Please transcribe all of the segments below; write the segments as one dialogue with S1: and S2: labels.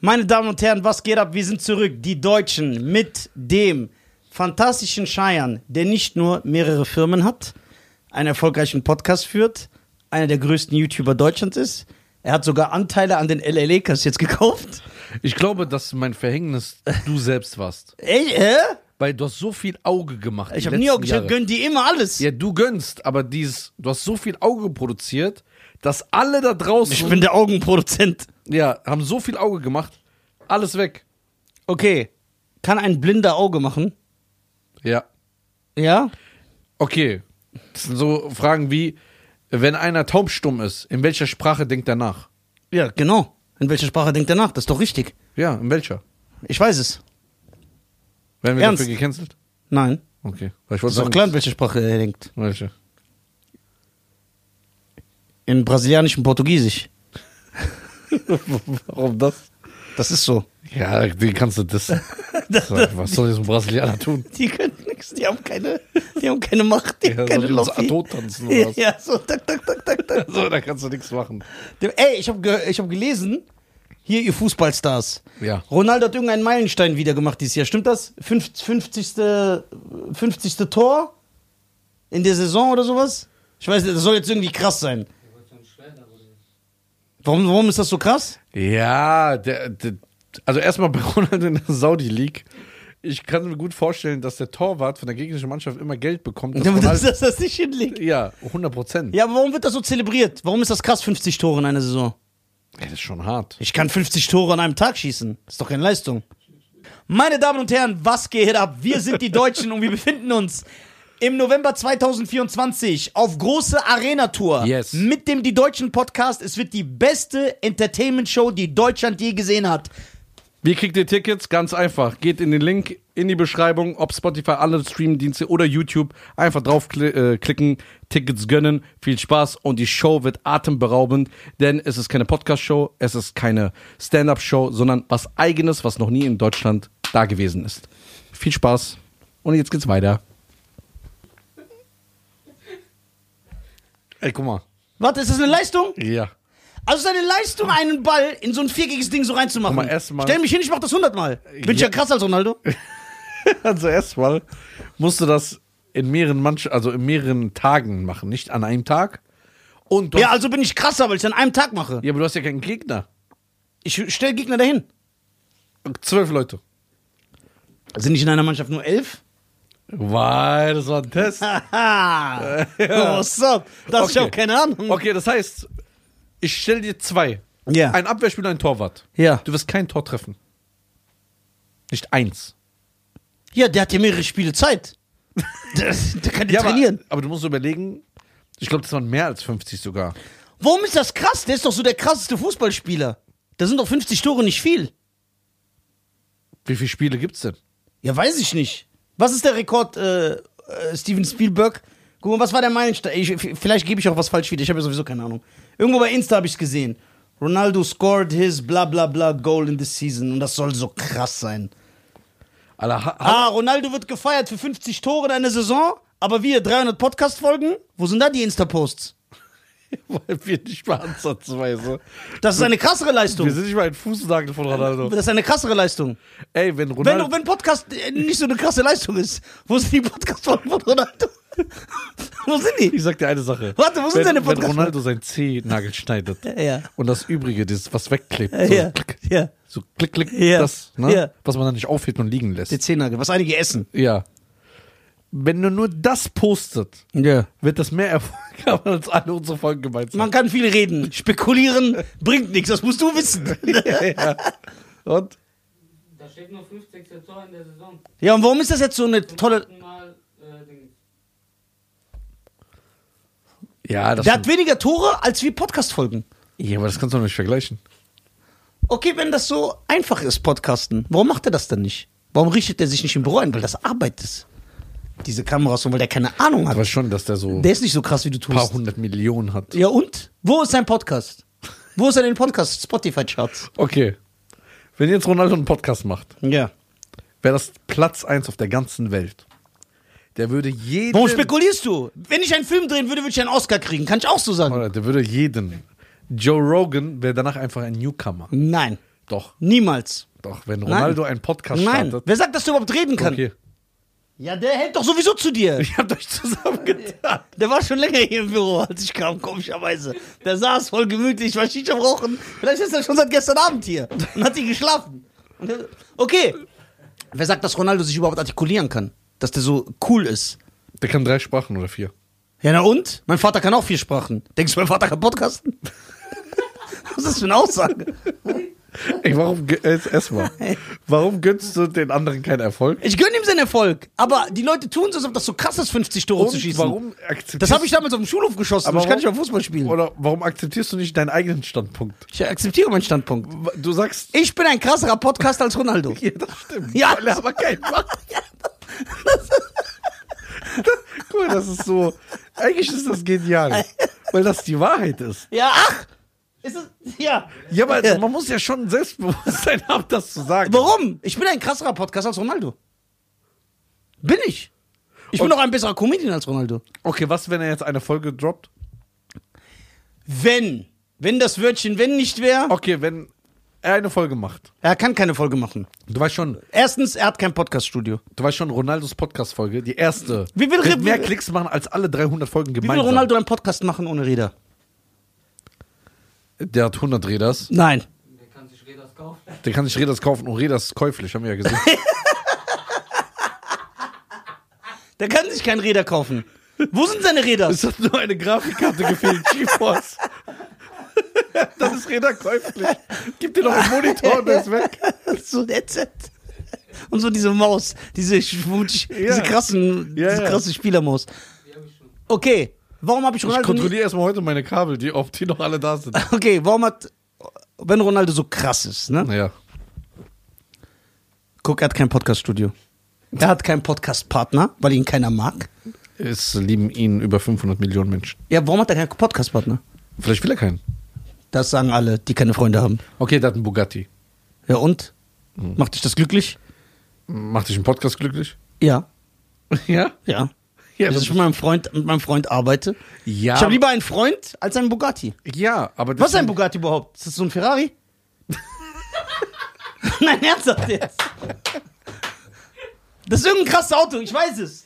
S1: Meine Damen und Herren, was geht ab? Wir sind zurück, die Deutschen, mit dem fantastischen Scheiern, der nicht nur mehrere Firmen hat, einen erfolgreichen Podcast führt, einer der größten YouTuber Deutschlands ist. Er hat sogar Anteile an den LA Lakers jetzt gekauft.
S2: Ich glaube, dass mein Verhängnis du selbst warst.
S1: Ey, hä?
S2: Weil du hast so viel Auge gemacht.
S1: Ich
S2: die
S1: habe nie auch
S2: letzten
S1: gesagt,
S2: Jahre.
S1: gönn die immer alles.
S2: Ja, du gönnst, aber dieses, du hast so viel Auge produziert, dass alle da draußen
S1: Ich bin der Augenproduzent.
S2: ja, haben so viel Auge gemacht, alles weg.
S1: Okay, kann ein blinder Auge machen?
S2: Ja.
S1: Ja?
S2: Okay. Das sind so Fragen wie, wenn einer taubstumm ist, in welcher Sprache denkt er nach?
S1: Ja, genau. In welcher Sprache denkt er nach? Das ist doch richtig.
S2: Ja, in welcher?
S1: Ich weiß es.
S2: Werden wir
S1: Ernst?
S2: dafür gecancelt?
S1: Nein.
S2: Okay. Weil ich
S1: Das
S2: wollte
S1: ist doch
S2: sagen,
S1: klar, in welcher Sprache er denkt.
S2: Welche?
S1: In brasilianischem Portugiesisch.
S2: Warum das?
S1: Das ist so.
S2: Ja, den kannst du das. Was soll jetzt ein Brasilianer tun?
S1: Die können nichts, die haben keine, die haben keine Macht, die
S2: Ja,
S1: haben keine
S2: soll ich jetzt
S1: Lobby.
S2: tot tanzen oder was?
S1: Ja, so tak, tak, tak, tak, tak.
S2: So, da kannst du nichts machen.
S1: Dem- Ey, ich habe ich hab gelesen, hier ihr Fußballstars.
S2: Ja.
S1: Ronaldo hat irgendeinen Meilenstein wieder gemacht dieses Jahr, stimmt das? Fünf- 50. 50. Tor in der Saison oder sowas? Ich weiß nicht, das soll jetzt irgendwie krass sein. Warum, warum ist das so krass?
S2: Ja, der, der, also erstmal bei Ronaldo in der Saudi League. Ich kann mir gut vorstellen, dass der Torwart von der gegnerischen Mannschaft immer Geld bekommt. dass
S1: Dass
S2: Ronaldo-
S1: das, das nicht hinlegt.
S2: ja, 100 Prozent.
S1: Ja, aber warum wird das so zelebriert? Warum ist das krass, 50 Tore in einer Saison?
S2: Ja, das ist schon hart.
S1: Ich kann 50 Tore an einem Tag schießen. Ist doch keine Leistung. Meine Damen und Herren, was geht ab? Wir sind die Deutschen und wir befinden uns im November 2024 auf große Arena-Tour
S2: Yes.
S1: mit dem Die Deutschen Podcast. Es wird die beste Entertainment-Show, die Deutschland je gesehen hat.
S2: Wie kriegt ihr Tickets? Ganz einfach. Geht in den Link in die Beschreibung, ob Spotify, alle Streamdienste oder YouTube. Einfach draufklicken, äh, klicken, Tickets gönnen. Viel Spaß und die Show wird atemberaubend, denn es ist keine Podcast-Show, es ist keine Stand-Up-Show, sondern was Eigenes, was noch nie in Deutschland da gewesen ist. Viel Spaß und jetzt geht's weiter. Ey, guck mal.
S1: Warte, ist das eine Leistung?
S2: Ja.
S1: Also ist eine Leistung, einen Ball in so ein viergiges Ding so reinzumachen.
S2: Guck mal, erst mal-
S1: Stell mich hin, ich mach das 100 Mal. Bin ich
S2: Ja.
S1: ja krasser als Ronaldo?
S2: Also erstmal musst du das in mehreren Manch also in mehreren Tagen machen, nicht an einem Tag. Und du
S1: Ja,
S2: hast,
S1: also bin ich krasser, weil ich es an einem Tag mache.
S2: ja, aber du hast ja keinen Gegner.
S1: Ich stell Gegner dahin.
S2: Zwölf Leute.
S1: Sind nicht in einer Mannschaft nur elf?
S2: Weil das war ein Test.
S1: Haha! What's up? Oh, Das ich
S2: Okay.
S1: auch keine Ahnung.
S2: Okay, das heißt, ich stelle dir zwei.
S1: Ja.
S2: Ein Abwehrspieler, ein Torwart.
S1: Ja.
S2: Du wirst kein Tor treffen. Nicht eins.
S1: Ja, der hat ja mehrere Spiele Zeit. der, der kann ja
S2: aber,
S1: trainieren.
S2: aber du musst überlegen, ich glaube, das waren mehr als 50 sogar.
S1: Warum ist das krass? Der ist doch so der krasseste Fußballspieler. Da sind doch 50 Tore nicht viel.
S2: Wie viele Spiele gibt's denn?
S1: Ja, weiß ich nicht. Was ist der Rekord, äh, äh, Steven Spielberg? Guck mal, was war der Meilenstein? Ich, v- vielleicht gebe ich auch was falsch wieder. Ich habe ja sowieso keine Ahnung. Irgendwo bei Insta habe ich es gesehen. Ronaldo scored his bla bla bla goal in the season. Und das soll so krass sein.
S2: Alter, ha- ha-
S1: Ah, Ronaldo wird gefeiert für 50 Tore in einer Saison, aber wir 300 Podcast-Folgen? Wo sind da die Insta-Posts?
S2: weil wir nicht mal ansatzweise.
S1: Das ist eine krassere Leistung.
S2: Wir sind nicht mal ein Fußnagel von Ronaldo.
S1: Das ist eine krassere Leistung.
S2: Ey, wenn
S1: Wenn,
S2: Ronaldo.
S1: wenn Podcast äh, nicht so eine krasse Leistung ist, wo sind die Podcast-Folgen von Ronaldo? wo sind die?
S2: ich sag dir eine Sache.
S1: Warte, wo sind
S2: wenn,
S1: deine
S2: Wenn
S1: Podcast-
S2: Ronaldo sein Zehennagel schneidet
S1: Ja.
S2: und das Übrige, dieses, was wegklebt, so,
S1: Ja.
S2: klick,
S1: ja.
S2: so klick, klick,
S1: Ja.
S2: das, ne?
S1: Ja.
S2: was man dann nicht aufhebt und liegen lässt.
S1: Der Zehnagel, was einige essen.
S2: Ja. Wenn du nur das postet,
S1: Ja.
S2: wird das mehr Erfolg haben als alle unsere Folgen gemeinsam.
S1: Man kann viel reden, spekulieren, bringt nichts, das musst du wissen.
S2: ja. Und?
S3: Da steht nur 50. Tor in der Saison.
S1: ja, und warum ist das jetzt so eine
S3: Zum
S1: tolle.
S3: achten Mal, äh, Ding.
S2: Ja, das
S1: Der hat weniger Tore als wir Podcast-Folgen.
S2: ja, aber das kannst du doch nicht vergleichen.
S1: Okay, wenn das so einfach ist, Podcasten, warum macht er das dann nicht? Warum richtet er sich nicht im Büro ein? Weil das Arbeit ist. Diese Kameras, und weil der keine Ahnung hat.
S2: Aber schon, dass der so ein
S1: Der ist nicht so krass, wie du tust.
S2: paar hundert Millionen hat.
S1: Ja und? Wo ist sein Podcast? Wo ist er denn Podcast? Spotify-Charts.
S2: Okay. Wenn jetzt Ronaldo einen Podcast macht,
S1: Ja.
S2: wäre das Platz 1 auf der ganzen Welt. Der würde jeden.
S1: Warum spekulierst du? Wenn ich einen Film drehen würde, würde ich einen Oscar kriegen. Kann ich auch so sagen?
S2: Oder der würde jeden. Joe Rogan wäre danach einfach ein Newcomer.
S1: Nein.
S2: Doch,
S1: Niemals.
S2: doch, wenn Ronaldo einen Podcast
S1: Nein.
S2: startet.
S1: Wer sagt, dass du überhaupt reden kannst?
S2: Okay.
S1: Ja, der hält doch sowieso zu dir.
S2: Ich hab euch zusammengetan.
S1: Der war schon länger hier im Büro, als ich kam, komischerweise. Der saß voll gemütlich, war Shisha am Rauchen. Vielleicht ist er schon seit gestern Abend hier und hat hier geschlafen. Und der- Okay. Wer sagt, dass Ronaldo sich überhaupt artikulieren kann? Dass der so cool ist?
S2: Der kann drei Sprachen oder vier.
S1: Ja, na und? Mein Vater kann auch vier Sprachen. Denkst du, mein Vater kann podcasten? Was ist das für eine Aussage?
S2: Ey, warum, gö- äh, erstmal, warum gönnst du den anderen keinen Erfolg?
S1: Ich gönne ihm seinen Erfolg, aber die Leute tun so, als ob das so krass ist, 50 Tore zu schießen.
S2: warum akzeptierst
S1: Das habe ich damals auf dem Schulhof geschossen.
S2: Aber
S1: ich kann nicht
S2: warum-
S1: auf Fußball spielen.
S2: Oder warum akzeptierst du nicht deinen eigenen Standpunkt?
S1: Ich akzeptiere meinen Standpunkt.
S2: Du sagst,
S1: Ich bin ein krasserer Podcast als Ronaldo.
S2: ja, das stimmt.
S1: Ja.
S2: Weil er aber keinen macht. Guck mal, das ist so, eigentlich ist das genial. Weil das die Wahrheit ist.
S1: Ja, ach! Ist es, ja.
S2: Ja, aber
S1: Ja.
S2: man muss ja schon ein Selbstbewusstsein haben, das zu sagen.
S1: Warum? Ich bin ein krasserer Podcast als Ronaldo. Bin ich. Ich bin
S2: Und-
S1: auch ein besserer Comedian als Ronaldo.
S2: Okay, was, wenn er jetzt eine Folge droppt?
S1: Wenn. Wenn das Wörtchen wenn nicht wäre,
S2: Okay, wenn er eine Folge macht.
S1: er kann keine Folge machen.
S2: Du weißt schon,
S1: Erstens, er hat kein Podcaststudio.
S2: du weißt schon, Ronaldos Podcast-Folge, die erste.
S1: Wie will
S2: wird
S1: Re-
S2: mehr Klicks machen als alle 300 Folgen
S1: Wie will
S2: gemeinsam.
S1: Ronaldo einen Podcast machen ohne Räder?
S2: Der hat 100 Räders.
S1: Nein.
S3: Der kann sich Räders kaufen.
S2: Der kann sich Räders kaufen und Räders ist käuflich, haben wir ja gesehen.
S1: Der kann sich kein Räder kaufen. Wo sind seine Räder?
S2: Es hat nur eine Grafikkarte gefehlt, GeForce. das ist Räder käuflich. Gib dir noch einen Monitor und der ist weg.
S1: so ein Headset. Und so diese Maus, diese, Schwutsch, diese krassen,
S2: Ja,
S1: diese
S2: ja.
S1: krasse Spielermaus.
S3: Die habe ich schon.
S1: Okay, warum habe ich
S2: Ich
S1: Ronaldo nie-
S2: kontrolliere erstmal heute meine Kabel, die, ob die noch alle da sind.
S1: Okay, warum hat wenn Ronaldo so krass ist, ne?
S2: Naja.
S1: Guck, er hat kein Podcaststudio. Er hat keinen Podcastpartner, weil ihn keiner mag.
S2: Es lieben ihn über 500 Millionen Menschen.
S1: Ja, warum hat er keinen Podcastpartner?
S2: Vielleicht will er keinen.
S1: Das sagen alle, die keine Freunde haben.
S2: Okay, der hat einen Bugatti.
S1: Ja und?
S2: Hm.
S1: Macht dich das glücklich?
S2: Macht dich ein Podcast glücklich?
S1: Ja,
S2: Ja?
S1: ja.
S2: Ja,
S1: Dass
S2: das
S1: ich mit meinem Freund, mit meinem Freund arbeite.
S2: Ja.
S1: Ich habe lieber einen Freund als einen Bugatti.
S2: Ja, aber
S1: Was ist ein
S2: deswegen-
S1: Bugatti überhaupt? Ist das so ein Ferrari? Nein, ernsthaft jetzt. Das ist irgendein krasses Auto, ich weiß es.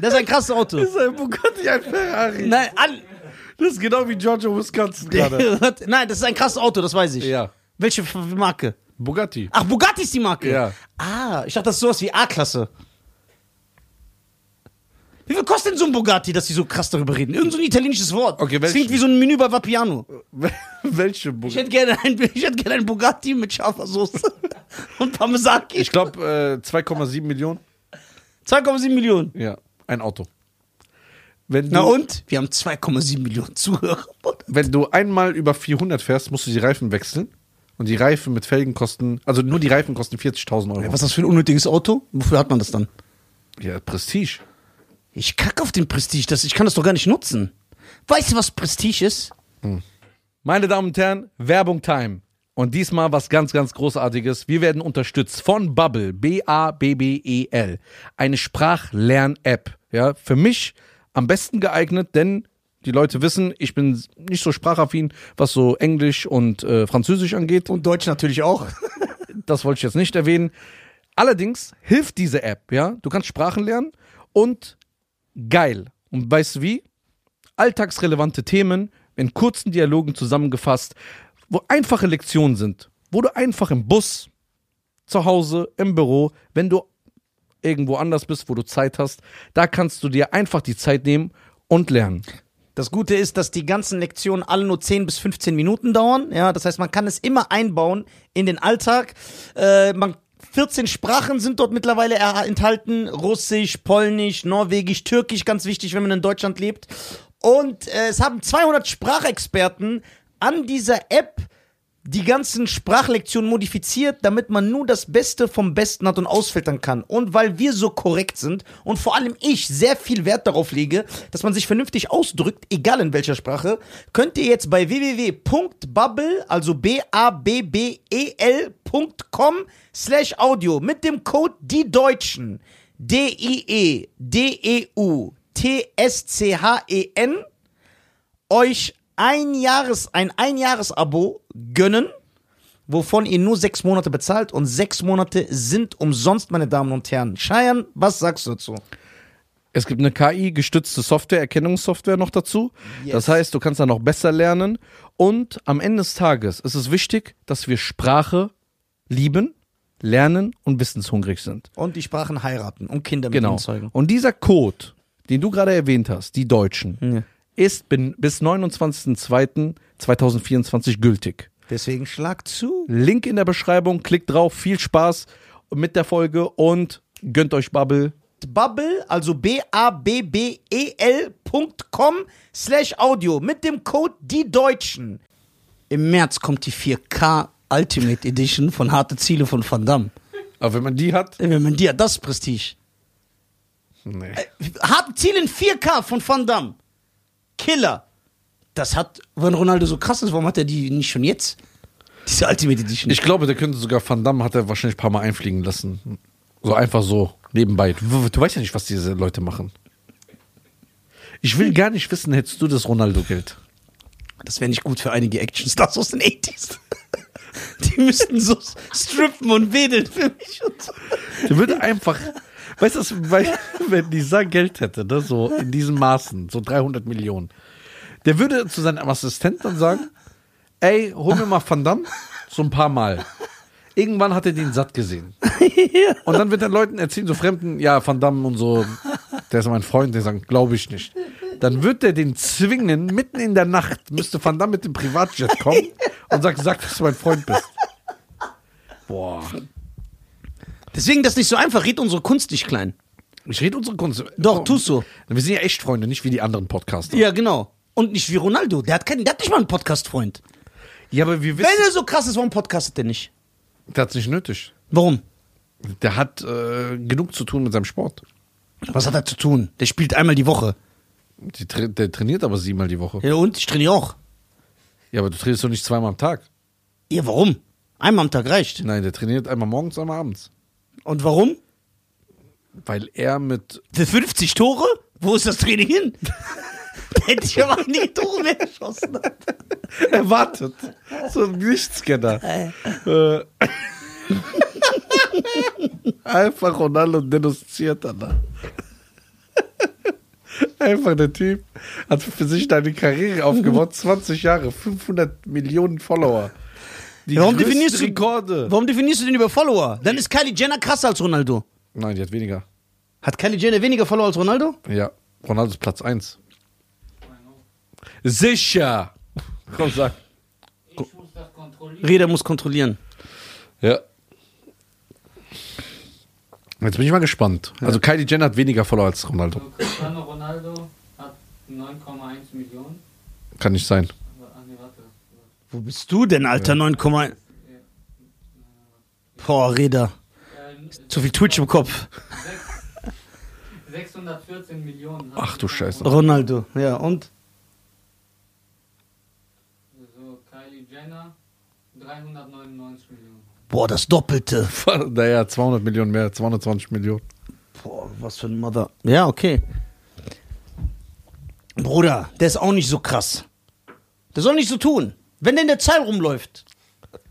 S1: Das ist ein krasses Auto.
S2: Ist ein Bugatti ein Ferrari?
S1: Nein, all,
S2: Das ist genau wie Giorgio Wisconsin gerade.
S1: Warte, Nein, das ist ein krasses Auto, das weiß ich.
S2: Ja.
S1: Welche F- Marke?
S2: Bugatti.
S1: Ach, Bugatti ist die Marke.
S2: Ja.
S1: Ah, ich dachte, das ist sowas wie A-Klasse. Wie viel kostet denn so ein Bugatti, dass die so krass darüber reden? Irgend so ein italienisches Wort.
S2: Okay,
S1: das klingt
S2: welchen?
S1: wie so ein Menü bei Vapiano.
S2: Welche
S1: Ich
S2: Bugatti?
S1: hätte gerne einen, ich hätte gerne einen Bugatti mit scharfer Soße und Parmesaki.
S2: Ich glaube, äh, 2,7 Millionen.
S1: 2,7 Millionen.
S2: Ja, ein Auto. Wenn du,
S1: Na und? Wir haben 2,7 Millionen Zuhörer.
S2: Wenn du einmal über 400 fährst, musst du die Reifen wechseln. Und die Reifen mit Felgen kosten, also nur die Reifen kosten 40.000 Euro.
S1: Was ist das für ein unnötiges Auto? Wofür hat man das dann?
S2: Ja, Prestige.
S1: Ich kacke auf den Prestige, das, ich kann das doch gar nicht nutzen. Weißt du, was Prestige ist?
S2: Meine Damen und Herren, Werbung Time. Und diesmal was ganz, ganz Großartiges. Wir werden unterstützt von Bubble, B-A-B-B-E-L. E Eine Sprachlern-App. Ja, für mich am besten geeignet, denn die Leute wissen, ich bin nicht so sprachaffin, was so Englisch und äh, Französisch angeht.
S1: Und Deutsch natürlich auch.
S2: das wollte ich jetzt nicht erwähnen. Allerdings hilft diese App, ja. Du kannst Sprachen lernen und geil. Und weißt du wie? Alltagsrelevante Themen in kurzen Dialogen zusammengefasst, wo einfache Lektionen sind, wo du einfach im Bus, zu Hause, im Büro, wenn du irgendwo anders bist, wo du Zeit hast, da kannst du dir einfach die Zeit nehmen und lernen.
S1: Das Gute ist, dass die ganzen Lektionen alle nur 10 bis 15 Minuten dauern. Ja, das heißt, man kann es immer einbauen in den Alltag. Äh, man 14 Sprachen sind dort mittlerweile er- enthalten. Russisch, Polnisch, Norwegisch, Türkisch, ganz wichtig, wenn man in Deutschland lebt. Und äh, es haben 200 Sprachexperten an dieser App die ganzen Sprachlektionen modifiziert, damit man nur das Beste vom Besten hat und ausfiltern kann. Und weil wir so korrekt sind und vor allem ich sehr viel Wert darauf lege, dass man sich vernünftig ausdrückt, egal in welcher Sprache, könnt ihr jetzt bei www.bubble, also E B-A-B-B-E-L.com slash audio mit dem Code die Deutschen E D-I-E D-E-U T-S-C-H-E-N euch ein Jahres, ein Einjahresabo gönnen wovon ihr nur sechs Monate bezahlt und sechs Monate sind umsonst, meine Damen und Herren. Cheyenne, was sagst du dazu?
S2: Es gibt eine KI-gestützte Software, Erkennungssoftware noch dazu. Das heißt, du kannst da noch besser lernen. Und am Ende des Tages ist es wichtig, dass wir Sprache lieben, lernen und wissenshungrig sind.
S1: Und die Sprachen heiraten und Kinder mit
S2: Genau.
S1: ihnen zeugen.
S2: Und dieser Code, den du gerade erwähnt hast, die Deutschen, ist bin, bis 29.02.2024 gültig.
S1: Deswegen schlag zu.
S2: Link in der Beschreibung, klickt drauf, viel Spaß mit der Folge und gönnt euch Bubble.
S1: Bubble, also E B-A-B-B-E-L.com slash Audio mit dem Code Die Deutschen.
S4: Im März kommt die 4K Ultimate Edition von Harte Ziele von Van Damme.
S2: Aber wenn man die hat,
S4: Wenn man dir das ist Prestige. Äh,
S2: nee.
S4: Harte Ziele in 4K von Van Damme. Killer. Das hat, wenn Ronaldo so krass ist, warum hat er die nicht schon jetzt? Diese Ultimate Edition.
S2: Ich glaube, der könnte sogar Van Damme hat er wahrscheinlich ein paar Mal einfliegen lassen. So einfach so, nebenbei. Du, du weißt ja nicht, was diese Leute machen. Ich will gar nicht wissen, hättest du das Ronaldo-Geld?
S4: Das wäre nicht gut für einige Actionstars aus den 80s. Die müssten so strippen und wedeln für mich. Und so.
S2: Der würde einfach. Weißt du, was- weil- wenn dieser Geld hätte, ne, so in diesen Maßen, so 300 Millionen, der würde zu seinem Assistenten dann sagen: Ey, hol mir mal Van Damme, so ein paar Mal. Irgendwann hat er den satt gesehen. Und dann wird er Leuten erzählen, so Fremden, ja, Van Damme und so, der ist mein Freund, die sagen, glaube ich nicht. Dann wird er den zwingen, mitten in der Nacht müsste Van Damme mit dem Privatjet kommen und sagt, sag, dass du mein Freund bist. Boah.
S4: Deswegen das nicht so einfach. Red unsere Kunst nicht klein.
S2: Ich rede unsere Kunst.
S4: Doch, tust du.
S2: Wir sind ja echt Freunde, nicht wie die anderen Podcaster.
S4: Ja, genau. Und nicht wie Ronaldo. Der hat, keinen, der hat nicht mal einen Podcast-Freund.
S2: Ja, aber wir
S4: Wenn er so krass ist, warum podcastet er nicht?
S2: der hat es nicht nötig.
S4: Warum?
S2: Der hat äh, genug zu tun mit seinem Sport.
S4: Was hat er zu tun? Der spielt einmal die Woche.
S2: Die, tra- der trainiert aber siebenmal die Woche.
S4: Ja, und ich trainiere auch.
S2: Ja, aber du trainierst doch nicht zweimal am Tag.
S4: Ja, warum? Einmal am Tag reicht.
S2: Nein, der trainiert einmal morgens, einmal abends.
S4: Und warum?
S2: Weil er mit.
S4: Für 50 Tore? Wo ist das Training hin? da hätte ich aber einige Tore mehr geschossen.
S2: Er wartet. So ein Nichtscanner. Äh. Einfach Ronaldo denunziert, Alter. Einfach der Typ hat für sich deine Karriere aufgebaut. 20 Jahre, 500 Millionen Follower. Die
S4: Warum
S2: größten
S4: definierst, du,
S2: Rekorde?
S4: warum definierst du den über Follower? Dann ist Kylie Jenner krasser als Ronaldo.
S2: Nein, die hat weniger.
S4: Hat Kylie Jenner weniger Follower als Ronaldo?
S2: Ja, Ronaldo ist Platz 1. Sicher. Komm, sag.
S3: Ich muss das kontrollieren.
S4: Reda muss kontrollieren.
S2: Ja. Jetzt bin ich mal gespannt. Also Kylie Jenner hat weniger Follower als Ronaldo.
S3: Also Cristiano Ronaldo hat 9,1 Millionen.
S2: Kann nicht sein.
S3: Aber, ah, nee, warte.
S4: Wo bist du denn, Alter? 9,1. Boah, Reda.
S3: Ähm,
S4: Zu viel Twitch im Kopf.
S3: sechs- 614 Millionen. hat
S2: Ach du Scheiße.
S4: Ronaldo, ja, und?
S3: So, Kylie Jenner 399 Millionen.
S4: Boah, das Doppelte.
S2: Naja, 200 Millionen mehr, 220 Millionen.
S4: Boah, was für ein Mother. Ja, okay. Bruder, der ist auch nicht so krass. Der soll nicht so tun. Wenn der in der Zahl rumläuft,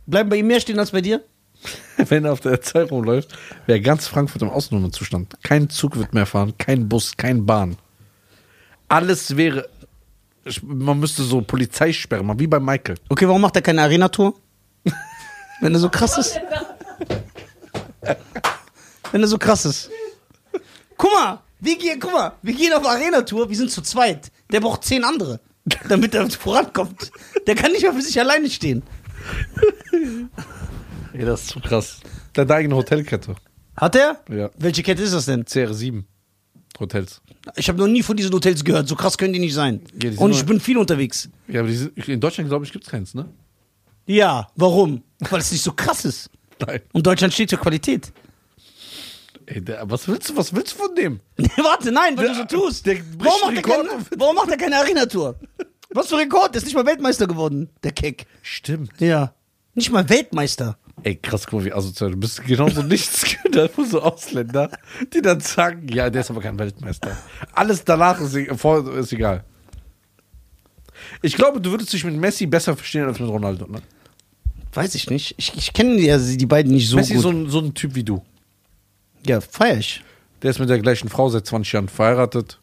S4: bleiben bei ihm mehr stehen als bei dir?
S2: Wenn er auf der Zeit rumläuft, wäre ganz Frankfurt im Ausnahmezustand. Kein Zug wird mehr fahren, kein Bus, kein Bahn. Alles wäre. ich- Man müsste so Polizeisperre machen, wie bei Michael.
S4: Okay, warum macht er keine Arena-Tour? Wenn er so krass ist. Wenn er so krass ist. Guck mal, wir gehen, guck mal, wir gehen auf Arena-Tour, wir sind zu zweit. Der braucht zehn andere, damit er vorankommt. Der kann nicht mehr für sich alleine stehen.
S2: Ey, das ist zu krass. Der hat eine eigene Hotelkette.
S4: Hat er?
S2: Ja.
S4: Welche Kette ist das denn?
S2: CR7 Hotels.
S4: Ich habe noch nie von diesen Hotels gehört. So krass können die nicht sein.
S2: Ja, die sind
S4: Und ich
S2: nur-
S4: bin viel unterwegs.
S2: Ja, aber die sind, in Deutschland, glaube ich, gibt es keins, ne?
S4: Ja, warum? Weil es nicht so krass ist.
S2: Nein.
S4: Und Deutschland steht für Qualität.
S2: Ey, der, was, willst du, was willst du von dem?
S4: Nee, warte, nein, weil du so
S2: Der-
S4: tust.
S2: der bricht
S4: Warum macht, er
S2: Rekord
S4: keine,
S2: auf-
S4: warum macht er keine Arena-Tour? Was für ein Rekord? Der ist nicht mal Weltmeister geworden, der Keck.
S2: Stimmt.
S4: Ja. Nicht mal Weltmeister.
S2: Ey, krass, guck mal, wie asozial. Du bist genauso nichts von so Ausländer, die dann sagen, ja, der ist aber kein Weltmeister. Alles danach ist, e- vor- ist egal. Ich glaube, du würdest dich mit Messi besser verstehen als mit Ronaldo, ne?
S4: Weiß ich nicht. Ich, ich kenne ja sie- die beiden nicht so
S2: Messi
S4: gut.
S2: ist so ein, so ein Typ wie du.
S4: ja, feier ich.
S2: Der ist mit der gleichen Frau seit 20 Jahren verheiratet.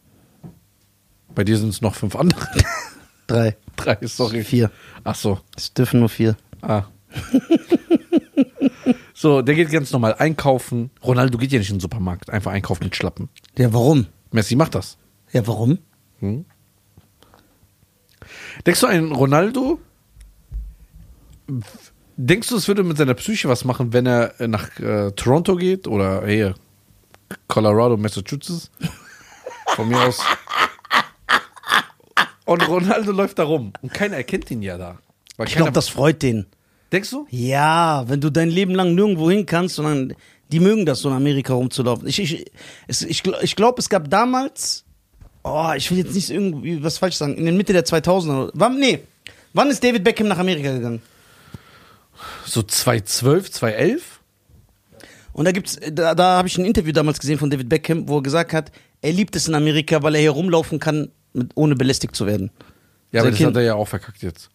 S2: Bei dir sind es noch fünf andere.
S4: Drei.
S2: Drei, sorry.
S4: Vier.
S2: Ach so.
S4: Es dürfen nur vier.
S2: Ah. so, der geht ganz normal einkaufen. Ronaldo geht ja nicht in den Supermarkt. Einfach einkaufen mit Schlappen.
S4: Ja, warum?
S2: Messi macht das.
S4: Ja, warum?
S2: Hm? Denkst du, ein Ronaldo. Denkst du, es würde mit seiner Psyche was machen, wenn er äh, nach äh, Toronto geht oder hey, Colorado, Massachusetts? Von mir aus. Und Ronaldo läuft da rum. Und keiner erkennt ihn ja da. Weil
S4: Ich
S2: keiner-
S4: glaube, das freut den.
S2: Denkst du?
S4: Ja, wenn du dein Leben lang nirgendwo hin kannst, sondern die mögen das, so in Amerika rumzulaufen. Ich, ich, es, ich, gl- ich glaube, es gab damals, oh, ich will jetzt nicht irgendwie was falsch sagen, in der Mitte der 2000er. oder- Wann, nee, wann ist David Beckham nach Amerika gegangen?
S2: So 2012, 2011?
S4: Und da gibt's, da, da habe ich ein Interview damals gesehen von David Beckham, wo er gesagt hat, er liebt es in Amerika, weil er hier rumlaufen kann, mit, ohne belästigt zu werden.
S2: Ja,
S4: Sein
S2: aber das
S4: Kind-
S2: hat er ja auch verkackt jetzt.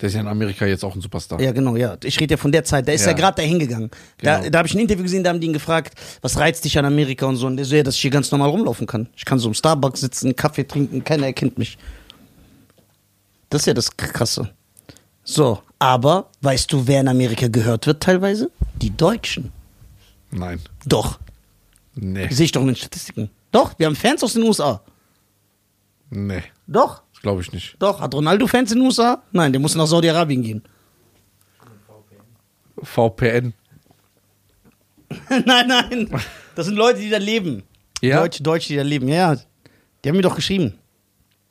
S2: Der ist ja in Amerika jetzt auch ein Superstar.
S4: Ja, genau, ja. Ich rede ja von der Zeit. Da ist
S2: Ja.
S4: er gerade dahin gegangen. Da,
S2: Genau.
S4: da habe ich ein Interview gesehen, da haben die ihn gefragt, was reizt dich an Amerika und so. Und der so, ja, dass ich hier ganz normal rumlaufen kann. Ich kann so im Starbucks sitzen, Kaffee trinken, keiner erkennt mich. Das ist ja das K- Krasse. So, aber weißt du, wer in Amerika gehört wird teilweise? Die Deutschen.
S2: Nein.
S4: Doch.
S2: Nee.
S4: Sehe ich doch in den Statistiken. Doch, wir haben Fans aus den USA.
S2: Nee.
S4: Doch.
S2: Das glaube ich nicht.
S4: Doch, hat Ronaldo Fans in den USA? Nein, der muss nach Saudi-Arabien gehen.
S2: VPN.
S4: nein, nein. Das sind Leute, die da leben.
S2: Ja?
S4: Deutsche, Deutsche, die da leben. Ja, ja. Die haben mir doch geschrieben.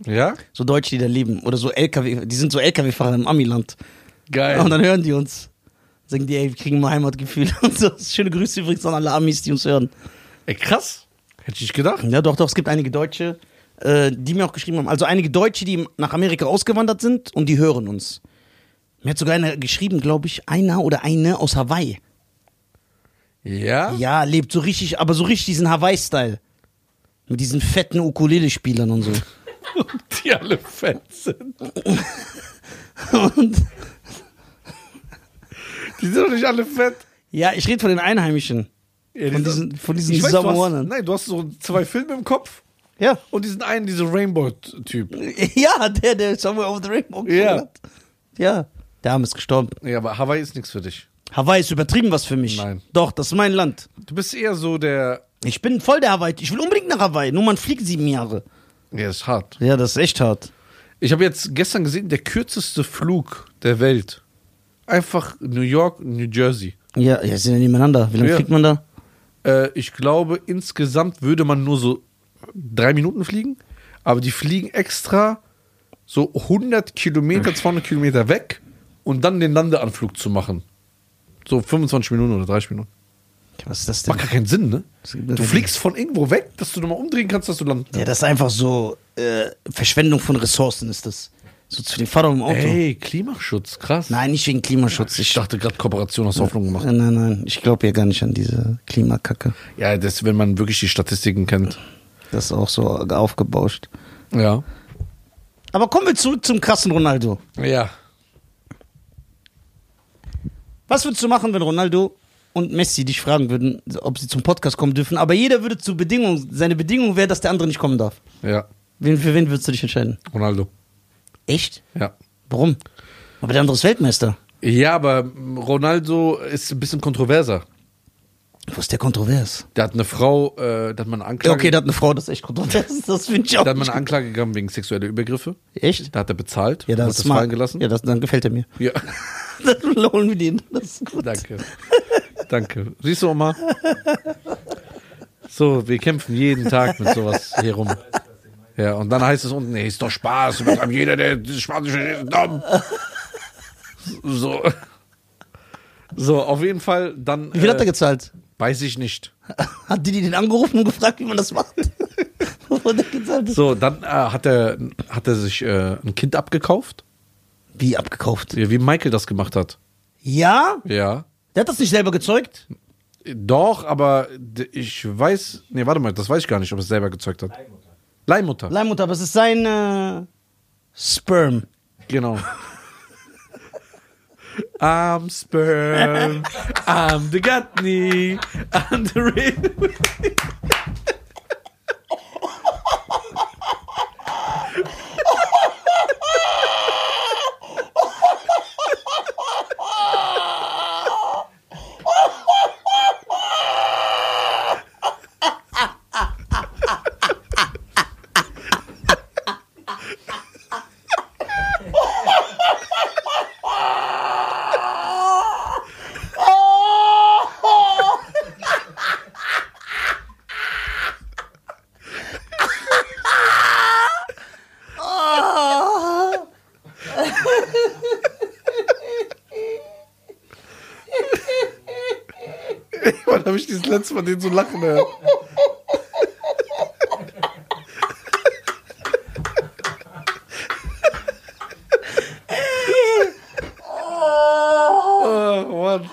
S2: Ja?
S4: So Deutsche, die da leben. Oder so LKW. Die sind so LKW-Fahrer im Amiland.
S2: Geil.
S4: Und dann hören die uns. Sagen die, ey, wir kriegen mal Heimatgefühl. Und so. Schöne Grüße übrigens an alle Amis, die uns hören.
S2: Ey, krass. Hätte ich nicht gedacht.
S4: Ja, doch, doch. Es gibt einige Deutsche, äh, die mir auch geschrieben haben. Also einige Deutsche, die nach Amerika ausgewandert sind und die hören uns. Mir hat sogar einer geschrieben, glaube ich, einer oder eine aus Hawaii.
S2: Ja?
S4: Ja, lebt so richtig, aber so richtig diesen Hawaii-Style. Mit diesen fetten Ukulele-Spielern und so.
S2: Die alle Fans sind.
S4: Und,
S2: Die sind doch nicht alle fett.
S4: ja, ich rede von den Einheimischen.
S2: Ja, die
S4: Von
S2: sind-
S4: diesen, von diesen
S2: Ich weiß, du hast,
S4: Samoanern.
S2: nein, du hast so zwei Filme im Kopf
S4: Ja.
S2: und diesen einen, dieser Rainbow-Typ.
S4: Ja, der, der Somewhere Over the Rainbow
S2: Ja.
S4: gesungen hat. Ja. Der Arme ist gestorben.
S2: Ja, aber Hawaii ist nichts für dich.
S4: Hawaii ist übertrieben was für mich.
S2: Nein.
S4: Doch, das ist mein Land.
S2: Du bist eher so der.
S4: Ich bin voll der Hawaii. Ich will unbedingt nach Hawaii. Nur man fliegt sieben Jahre.
S2: Ja, ist hart.
S4: Ja, das ist echt hart.
S2: Ich habe jetzt gestern gesehen, der kürzeste Flug der Welt. Einfach New York, New Jersey.
S4: Ja, ja, sind ja nebeneinander. Wie lange
S2: Ja.
S4: fliegt man da?
S2: Äh, ich glaube, insgesamt würde man nur so drei Minuten fliegen, aber die fliegen extra so 100 Kilometer, 200 Kilometer weg und dann den Landeanflug zu machen. So 25 Minuten oder 30 Minuten.
S4: Was ist das denn?
S2: Macht gar keinen Sinn, ne?
S4: Das gibt
S2: Du
S4: natürlich-
S2: fliegst von irgendwo weg, dass du nochmal umdrehen kannst, dass du landen
S4: Ja, das ist einfach so äh, Verschwendung von Ressourcen ist das. So zu dem Fahrer im Auto.
S2: Ey, Klimaschutz, krass.
S4: Nein, nicht wegen Klimaschutz.
S2: Ich
S4: Ich,
S2: dachte gerade, Kooperation hast du Hoffnung gemacht.
S4: nein, nein, nein. Ich glaube ja gar nicht an diese Klimakacke.
S2: Ja, das, wenn man wirklich die Statistiken kennt.
S4: Das ist auch so aufgebauscht.
S2: Ja.
S4: Aber kommen wir zurück zum krassen Ronaldo.
S2: Ja.
S4: Was würdest du machen, wenn Ronaldo und Messi dich fragen würden, ob sie zum Podcast kommen dürfen? Aber jeder würde zu Bedingung, seine Bedingung wäre, dass der andere nicht kommen darf.
S2: Ja.
S4: Wen, für wen würdest du dich entscheiden?
S2: Ronaldo.
S4: Echt?
S2: Ja.
S4: Warum? Aber der andere ist Weltmeister.
S2: Ja, aber Ronaldo ist ein bisschen kontroverser.
S4: Was ist der kontrovers?
S2: Der hat eine Frau, äh, da hat man eine
S4: Ja,
S2: Anklage,
S4: okay, der hat eine Frau, das ist echt kontrovers. Das finde ich auch.
S2: da hat man
S4: nicht
S2: eine Anklage gegangen wegen sexueller Übergriffe.
S4: gut. Echt?
S2: Da hat er bezahlt,
S4: Ja, das
S2: hat
S4: ist
S2: das
S4: smart.
S2: fallen gelassen.
S4: Ja, das, dann gefällt er mir.
S2: Ja.
S4: Dann holen wir den. Das ist gut.
S2: danke. danke. Siehst du, Oma? So, wir kämpfen jeden Tag mit sowas hier rum. Ja, und dann heißt es unten, nee, ist doch Spaß. übertreibt Jeder, der das Spaß ist, ist dumm. So. So, auf jeden Fall, dann. äh,
S4: Wie viel hat er gezahlt?
S2: Weiß ich nicht.
S4: Hat Didi den angerufen und gefragt, wie man das macht? Wovon der gezahlt ist?
S2: So, dann äh, hat, er, hat er sich äh, ein Kind abgekauft,
S4: Wie abgekauft?
S2: wie Michael das gemacht hat.
S4: Ja?
S2: Ja.
S4: Der hat das nicht selber gezeugt?
S2: Doch, aber d- ich weiß. Nee, warte mal, das weiß ich gar nicht, ob er es selber gezeugt hat. Leihmutter. Leihmutter.
S4: Leihmutter, aber es ist sein äh, Sperm.
S2: Genau. I'm sperm. I'm the Gutney. I'm the Red. Wann habe ich das letzte Mal den so lachen hören? oh, Mann.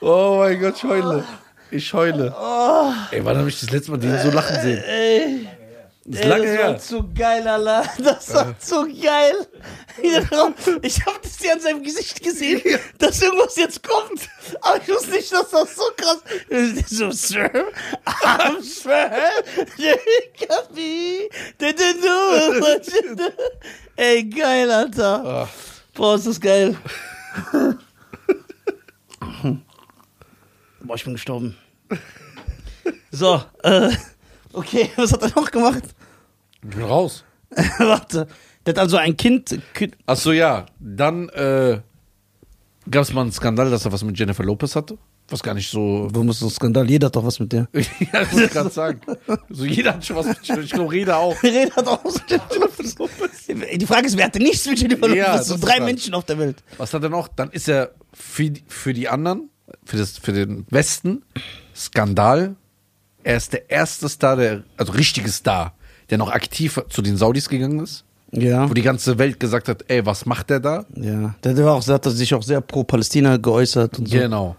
S2: Oh mein Gott, ich heule. Ich heule. Ey, wann habe ich das letzte Mal den so lachen sehen?
S4: Ey,
S2: Das ist
S4: ey,
S2: lange
S4: das
S2: her.
S4: war zu geil, Allah. Das war zu geil. Ich habe das ja an seinem Gesicht gesehen, dass irgendwas jetzt kommt. Aber ich wusste nicht, dass das so krass ist. So, Sir, I'm Sir. You got me. Did you do what you do? Ey, geil, Alter. Boah, ist das geil. Boah, ich bin gestorben. So, äh, okay, was hat er noch gemacht?
S2: Ich bin raus.
S4: Warte. Der hat also ein Kind. Kind-
S2: Achso, ja. Dann äh, gab es mal einen Skandal, dass er was mit Jennifer Lopez hatte. Was gar nicht so.
S4: Wo muss so ein Skandal? Jeder hat doch was mit der.
S2: ja, das muss ich gerade sagen. So, jeder hat schon was mit Jennifer Ich glaube, Reda auch.
S4: Reda hat auch was mit Jennifer Lopez. Die Frage ist, wer hatte nichts mit Jennifer Lopez?
S2: Ja,
S4: das
S2: das
S4: sind
S2: ist
S4: drei
S2: klar.
S4: Menschen auf der Welt.
S2: Was hat er noch? Dann ist er für, die- für die anderen, für, das, für den Westen, Skandal. Er ist der erste Star, der, also richtige Star, der noch aktiv zu den Saudis gegangen ist.
S4: Ja.
S2: Wo die ganze Welt gesagt hat, ey, was macht der da?
S4: Ja. Der, der war auch, der hat sich auch sehr pro Palästina geäußert und so.
S2: Genau.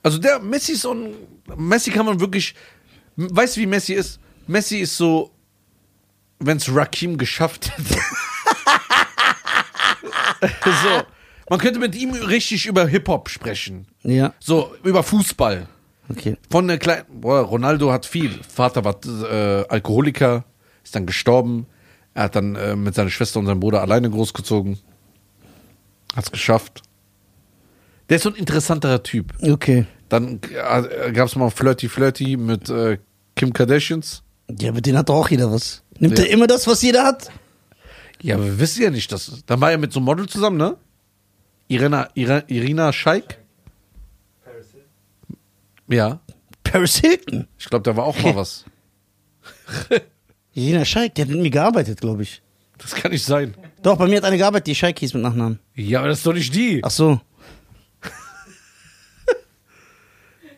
S2: Also der Messi ist so ein. Messi kann man wirklich. M- Weißt du, wie Messi ist? Messi ist so, wenn es Rakim geschafft hätte. so. Man könnte mit ihm richtig über Hip-Hop sprechen.
S4: Ja.
S2: So, über Fußball.
S4: Okay.
S2: Von der kleinen. Boah, Ronaldo hat viel. Vater war äh, Alkoholiker, ist dann gestorben. Er hat dann äh, mit seiner Schwester und seinem Bruder alleine großgezogen. Hat's geschafft. Der ist so ein interessanterer Typ.
S4: Okay.
S2: Dann äh, gab es mal Flirty Flirty mit äh, Kim Kardashians.
S4: Ja, mit denen hat doch auch jeder was. Nimmt
S2: Ja.
S4: er immer das, was jeder hat?
S2: Ja, aber wir wissen ja nicht, dass. Dann war er mit so einem Model zusammen, ne? Irina, Ira, Irina Scheik. Ja,
S4: Paris Hilton.
S2: ich glaube, da war auch mal was.
S4: Jena Scheik, der hat mit mir gearbeitet, glaube ich.
S2: Das kann nicht sein.
S4: Doch, bei mir hat eine gearbeitet, die Scheik hieß mit Nachnamen.
S2: Ja, aber das ist doch nicht die.
S4: Ach so.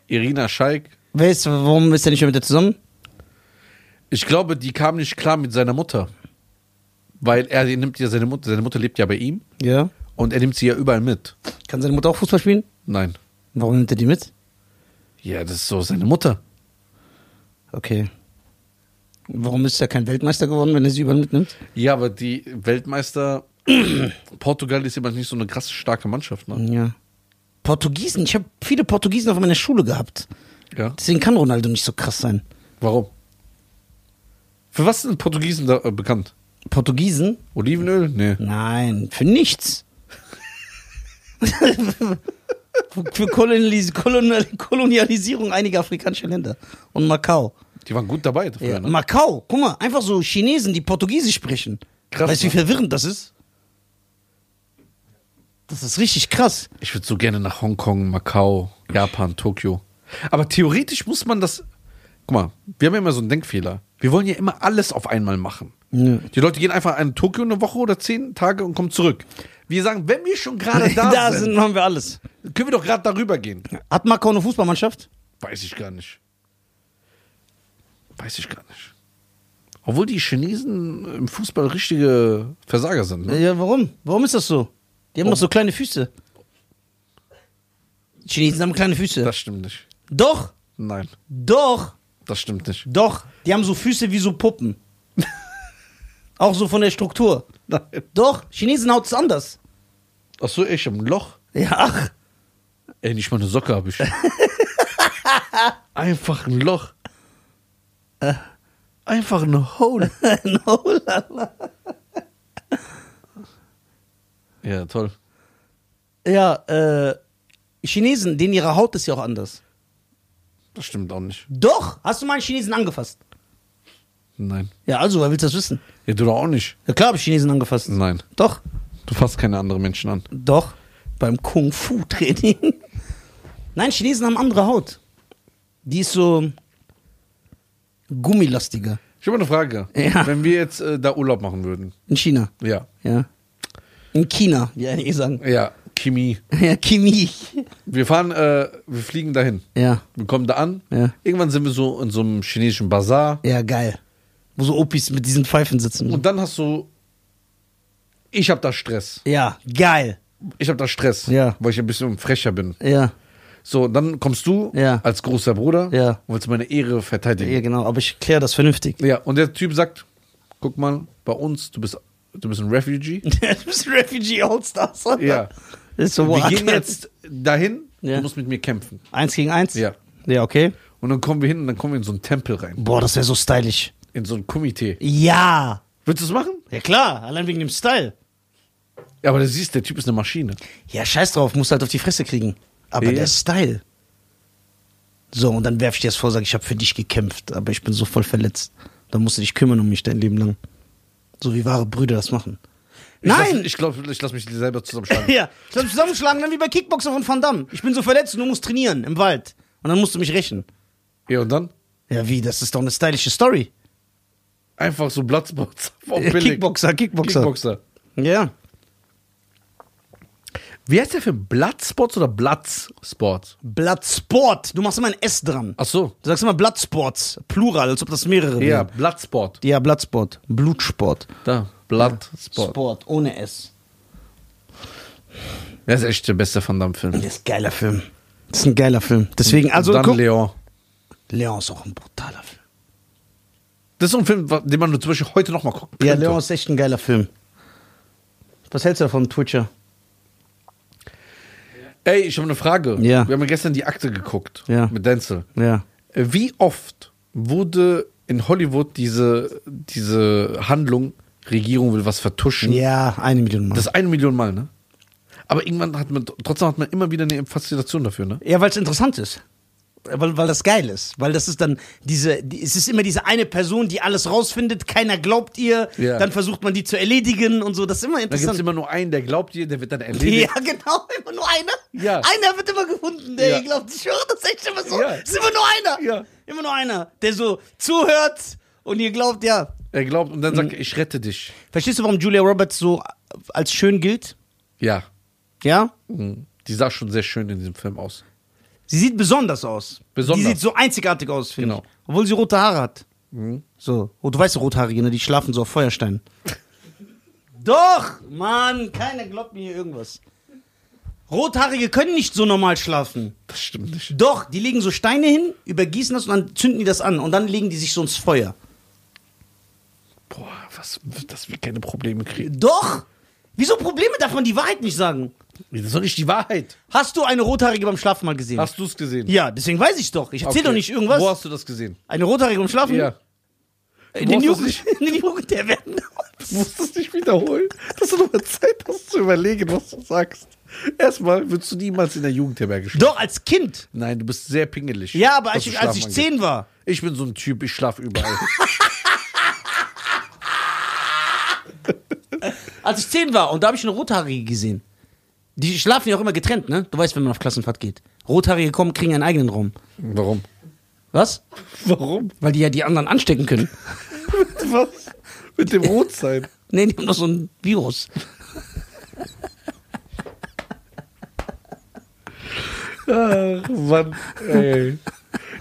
S2: Irina Scheik.
S4: Wer ist, warum ist er nicht mehr mit der zusammen?
S2: Ich glaube, die kam nicht klar mit seiner Mutter. Weil er die nimmt ja seine Mutter, seine Mutter lebt ja bei ihm
S4: Ja.
S2: und er nimmt sie ja überall mit.
S4: Kann seine Mutter auch Fußball spielen?
S2: Nein.
S4: Warum nimmt er die mit?
S2: Ja, das ist so seine Mutter.
S4: Okay. Warum ist er kein Weltmeister geworden, wenn er sie überall mitnimmt?
S2: Ja, aber die Weltmeister Portugal ist immer nicht so eine krass starke Mannschaft, ne?
S4: Ja. Portugiesen, ich habe viele Portugiesen auf meiner Schule gehabt.
S2: Ja.
S4: Deswegen kann Ronaldo nicht so krass sein.
S2: Warum? Für was sind Portugiesen da äh, bekannt?
S4: Portugiesen?
S2: Olivenöl? Nee.
S4: Nein, für nichts. für für Kolonialis Kolonial Kolonialisierung einiger afrikanischer Länder. Und Macau.
S2: Die waren gut dabei. Früher,
S4: Ja.
S2: ne?
S4: Macau, guck mal, einfach so Chinesen, die Portugiesisch sprechen.
S2: Krass,
S4: weißt du, wie
S2: ne?
S4: verwirrend das ist? Das ist richtig krass.
S2: Ich würde so gerne nach Hongkong, Macau, Japan, Tokio. Aber theoretisch muss man das. Guck mal, wir haben ja immer so einen Denkfehler. Wir wollen ja immer alles auf einmal machen.
S4: Ja.
S2: Die Leute gehen einfach in Tokio eine Woche oder zehn Tage und kommen zurück. Wir sagen, wenn wir schon gerade da,
S4: da
S2: sind,
S4: sind, haben wir alles.
S2: können wir doch gerade darüber gehen.
S4: Hat Macau eine Fußballmannschaft?
S2: Weiß ich gar nicht. Weiß ich gar nicht. Obwohl die Chinesen im Fußball richtige Versager sind. Ne?
S4: Ja, warum? Warum ist das so? Die haben doch so kleine Füße. Chinesen haben kleine Füße.
S2: Das stimmt nicht.
S4: doch,
S2: Nein.
S4: doch.
S2: Das stimmt nicht.
S4: Doch, die haben so Füße wie so Puppen. Auch so von der Struktur.
S2: Nein.
S4: Doch, Chinesenhaut ist anders.
S2: Achso, ich hab ein Loch.
S4: Ja, ach.
S2: Ey, nicht mal eine Socke habe ich. Einfach ein Loch. Einfach ein Hole.
S4: no, lala.
S2: Ja, toll.
S4: ja, äh, Chinesen, denen ihre Haut ist ja auch anders.
S2: Das stimmt auch nicht.
S4: Doch, hast du mal einen Chinesen angefasst?
S2: Nein.
S4: Ja, also, wer willst das wissen?
S2: Ja, du doch auch nicht.
S4: Ja, klar habe ich Chinesen angefasst.
S2: Nein.
S4: Doch,
S2: Du fasst keine anderen Menschen an.
S4: doch. Beim Kung-Fu-Training. Nein, Chinesen haben andere Haut. Die ist so gummilastiger
S2: Ich habe eine Frage.
S4: Ja.
S2: Wenn wir jetzt äh, da Urlaub machen würden.
S4: in China.
S2: Ja.
S4: Ja. In China, wie einige sagen.
S2: Ja, Kimi.
S4: Ja, Kimi.
S2: Wir fahren, äh, wir fliegen dahin.
S4: Ja.
S2: Wir kommen da an.
S4: Ja.
S2: Irgendwann sind wir so in so einem chinesischen Bazar.
S4: Ja, geil. Wo so Opis mit diesen Pfeifen sitzen.
S2: Und dann hast du. Ich habe da Stress.
S4: Ja, geil.
S2: Ich habe da Stress.
S4: Ja.
S2: Weil ich ein bisschen frecher bin.
S4: Ja.
S2: So, und dann kommst du
S4: Ja.
S2: als großer Bruder
S4: Ja.
S2: und willst meine Ehre verteidigen.
S4: Ja, genau, aber ich kläre das vernünftig.
S2: Ja, und der Typ sagt: Guck mal, bei uns, du bist, du bist ein Refugee.
S4: du bist Refugee All-Stars, oder?
S2: Ja.
S4: Ist so
S2: Wir
S4: what?
S2: gehen jetzt dahin,
S4: Ja.
S2: du musst mit mir kämpfen.
S4: Eins gegen eins?
S2: Ja.
S4: Ja, okay.
S2: Und dann kommen wir hin und dann kommen wir in so einen Tempel rein.
S4: Boah, das wäre so stylisch.
S2: In so ein Komitee.
S4: Ja.
S2: Willst du es machen?
S4: Ja, klar, allein wegen dem Style.
S2: Ja, aber du siehst, der Typ ist eine Maschine.
S4: Ja, scheiß drauf, musst halt auf die Fresse kriegen. Aber
S2: Ja.
S4: der Style. So, und dann werf ich dir das vor, sag ich habe für dich gekämpft, aber ich bin so voll verletzt. Dann musst du dich kümmern um mich dein Leben lang. So wie wahre Brüder das machen. Nein!
S2: Lass, ich glaube, ich lasse mich selber zusammenschlagen.
S4: Ja, ich soll zusammenschlagen, dann wie bei Kickboxer von Van Damme. Ich bin so verletzt und du musst trainieren im Wald. Und dann musst du mich rächen.
S2: ja, und dann?
S4: Ja, wie? Das ist doch eine stylische Story.
S2: Einfach so Bloodsports. Oh,
S4: Ja,
S2: billig.
S4: Kickboxer, Kickboxer.
S2: Kickboxer.
S4: Ja.
S2: Wie heißt der Film? Bloodsports oder Bloodsports?
S4: Blattsport. Du machst immer ein S dran.
S2: Ach so.
S4: Du sagst immer Blattsports. Plural, als ob das mehrere
S2: Ah. Ja,
S4: wären.
S2: Bloodsport.
S4: Ja, Blattsport. Blutsport.
S2: Da, Bloodsport.
S4: Sport, ohne S.
S2: Das ist echt der beste Van Damme-Film.
S4: Das ist ein geiler Film. Das ist ein geiler Film. Deswegen, also.
S2: dann
S4: guck-
S2: Leon.
S4: Leon ist auch ein brutaler Film.
S2: Das ist so ein Film, wa- den man zum Beispiel heute nochmal gucken könnte.
S4: Ja, Leon ist echt ein geiler Film. Was hältst du davon, Twitcher?
S2: Ey, ich habe eine Frage.
S4: Ja.
S2: Wir haben ja gestern die Akte geguckt
S4: Ja.
S2: mit Denzel.
S4: Ja.
S2: Äh, Wie oft wurde in Hollywood diese, diese Handlung, Regierung will was vertuschen?
S4: Ja, eine Million Mal.
S2: Das ist eine Million Mal, ne? Aber irgendwann hat man, trotzdem hat man immer wieder eine Faszination dafür, ne?
S4: Ja, weil es interessant ist. Weil, weil das geil ist. Weil das ist dann diese, die, es ist immer diese eine Person, die alles rausfindet, keiner glaubt ihr,
S2: Ja.
S4: dann versucht man die zu erledigen und so. Das ist immer
S2: Da gibt es
S4: interessant.
S2: immer nur einen, der glaubt dir, der wird dann erledigt.
S4: ja, genau, immer nur einer.
S2: Ja.
S4: Einer wird immer gefunden, der
S2: Ja.
S4: ihr glaubt. Ich höre das ist echt immer so.
S2: Ja.
S4: Es ist immer nur einer.
S2: Ja.
S4: Immer nur einer, der so zuhört und ihr glaubt, ja.
S2: Er glaubt und dann
S4: Mm.
S2: sagt, er, ich rette dich.
S4: Verstehst du, warum Julia Roberts so als schön gilt?
S2: Ja.
S4: Ja?
S2: Mhm. Die sah schon sehr schön in diesem Film aus.
S4: Sie sieht besonders aus.
S2: Besonders.
S4: Die sieht so einzigartig aus, finde
S2: Genau. Mhm.
S4: ich. Obwohl sie rote Haare hat. So. Oh, du weißt ja, Rothaarige, ne? Die schlafen so auf Feuersteinen. Doch! Mann, keiner glaubt mir hier irgendwas. Rothaarige können nicht so normal schlafen.
S2: Das stimmt nicht.
S4: Doch, die legen so Steine hin, übergießen das und dann zünden die das an. Und dann legen die sich so ins Feuer.
S2: Boah, was, dass wir keine Probleme kriegen.
S4: Doch! Wieso Probleme darf man die Wahrheit nicht sagen?
S2: Das ist doch nicht die Wahrheit.
S4: Hast du eine Rothaarige beim Schlafen mal gesehen?
S2: Hast du es gesehen?
S4: Ja, deswegen weiß ich doch. Ich erzähl
S2: Okay.
S4: doch nicht irgendwas.
S2: Wo hast du das gesehen?
S4: Eine Rothaarige beim Schlafen?
S2: Ja.
S4: In den,
S2: Wo hast du
S4: Jugend, in den Jugendherbergen.
S2: Du musst es nicht wiederholen, dass du nochmal Zeit hast zu überlegen, was du sagst. Erstmal würdest du niemals in der Jugendherberge schlafen.
S4: Doch, als Kind.
S2: Nein, du bist sehr pingelig.
S4: Ja, aber als
S2: was
S4: ich,
S2: Schlafen
S4: als ich
S2: angeht.
S4: zehn war.
S2: Ich bin so ein Typ, ich schlafe überall.
S4: Als ich zehn war und da habe ich eine Rothaarige gesehen. Die schlafen ja auch immer getrennt, ne? Du weißt, wenn man auf Klassenfahrt geht. Rothaarige kommen, kriegen einen eigenen Raum.
S2: Warum?
S4: Was?
S2: Warum?
S4: Weil die ja die anderen anstecken können.
S2: Was? Mit dem Rotsein.
S4: Nee, die haben doch so ein Virus.
S2: Ach, Mann. Ey.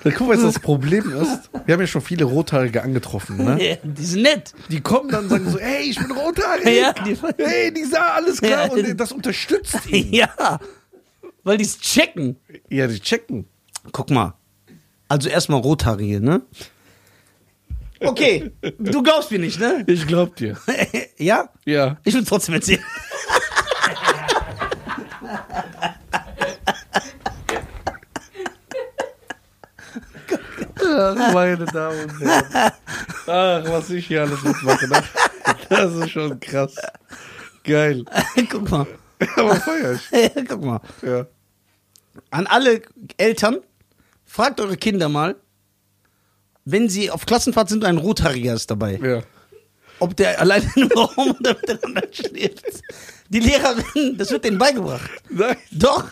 S2: Da guck mal, was das Problem ist. Wir haben ja schon viele Rothaarige angetroffen, ne?
S4: Ja, die sind nett.
S2: Die kommen dann und sagen so, hey, ich bin rothaarig.
S4: Ja, die-
S2: hey, die sah alles klar
S4: Ja.
S2: und das unterstützt ihn.
S4: Ja. Weil die es checken.
S2: Ja, die checken.
S4: Guck mal. Also erstmal rothaarige, ne? Okay, du glaubst mir nicht, ne?
S2: Ich glaub dir.
S4: ja?
S2: Ja.
S4: Ich will trotzdem erzählen.
S2: Ach, meine Damen und Herren. Ach, was ich hier alles mitmache. Ne? Das ist schon krass. Geil.
S4: Guck mal.
S2: Aber feier ich.
S4: Guck mal.
S2: Ja.
S4: An alle Eltern, fragt eure Kinder mal, wenn sie auf Klassenfahrt sind und ein Rothaariger ist dabei,
S2: ja.
S4: ob der alleine im Raum oder miteinander schläft. Die Lehrerin, das wird denen beigebracht.
S2: Nein.
S4: Doch,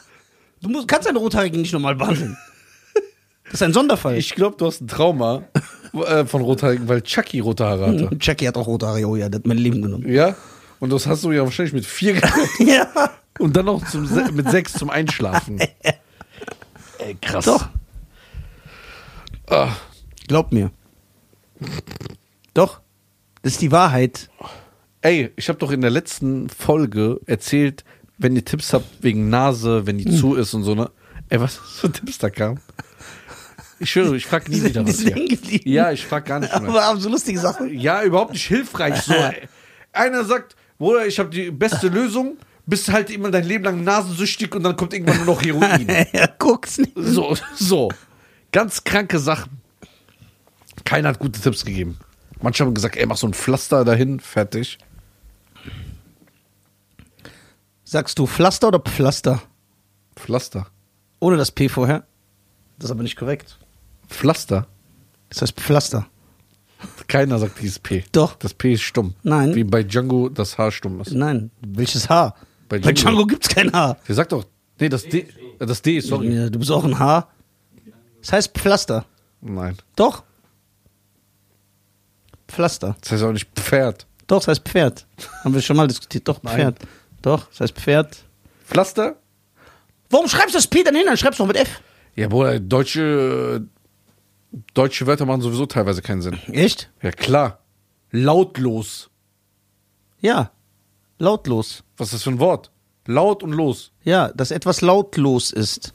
S4: du musst, kannst einen Rothaarigen nicht normal behandeln. Das ist ein Sonderfall.
S2: Ich glaube, du hast ein Trauma äh, von Rothaarigen, weil Chucky rote Haare hatte.
S4: Jackie hat auch Rothaarige, oh ja, der hat mein Leben genommen.
S2: Ja? Und das hast du ja wahrscheinlich mit vier gekriegt.
S4: Ja.
S2: Und dann noch zum, se- mit sechs zum Einschlafen. Ey, krass.
S4: Doch.
S2: Ah,
S4: Glaub mir. Doch. Das ist die Wahrheit.
S2: Ey, ich habe doch in der letzten Folge erzählt, wenn ihr Tipps habt wegen Nase, wenn die zu ist und so, ne? Ey, was für Tipps da kam? Ich schwöre, ich frag nie wieder
S4: Die
S2: was
S4: sind
S2: hier.
S4: hängen geblieben.
S2: Ja, ich frag gar nicht mehr.
S4: Aber haben so lustige Sachen.
S2: Ja, überhaupt nicht hilfreich. So, ey. einer sagt, Bruder, ich habe die beste Lösung, bist halt immer dein Leben lang nasensüchtig und dann kommt irgendwann nur noch Heroin.
S4: ja, guck's nicht.
S2: So, so. Ganz kranke Sachen. Keiner hat gute Tipps gegeben. Manche haben gesagt, ey, mach so ein Pflaster dahin, fertig.
S4: Sagst du Pflaster oder Pflaster?
S2: Pflaster.
S4: Ohne das P vorher. Das ist aber nicht korrekt.
S2: Pflaster.
S4: Das heißt Pflaster.
S2: Keiner sagt dieses P.
S4: Doch.
S2: Das P ist stumm.
S4: Nein.
S2: Wie bei Django das Haar stumm ist.
S4: Nein. Welches Haar?
S2: Bei
S4: Bei
S2: Django.
S4: Django, gibt's kein Haar.
S2: Der sagt doch. Nee, das D. äh, Das D ist sorry.
S4: Ja, du bist auch ein Haar. Das heißt Pflaster.
S2: Nein.
S4: Doch. Pflaster.
S2: Das heißt auch nicht Pferd.
S4: Doch, das heißt Pferd. Haben wir schon mal diskutiert. Doch,
S2: Nein.
S4: Pferd. Doch, das heißt Pferd.
S2: Pflaster?
S4: Warum schreibst du das P dann hin? Dann schreibst du doch mit F.
S2: Ja, Bruder, deutsche, äh, deutsche Wörter machen sowieso teilweise keinen Sinn.
S4: Echt?
S2: Ja, klar. Lautlos.
S4: Ja. Lautlos.
S2: Was ist das für ein Wort? Laut und los.
S4: Ja, dass etwas lautlos ist.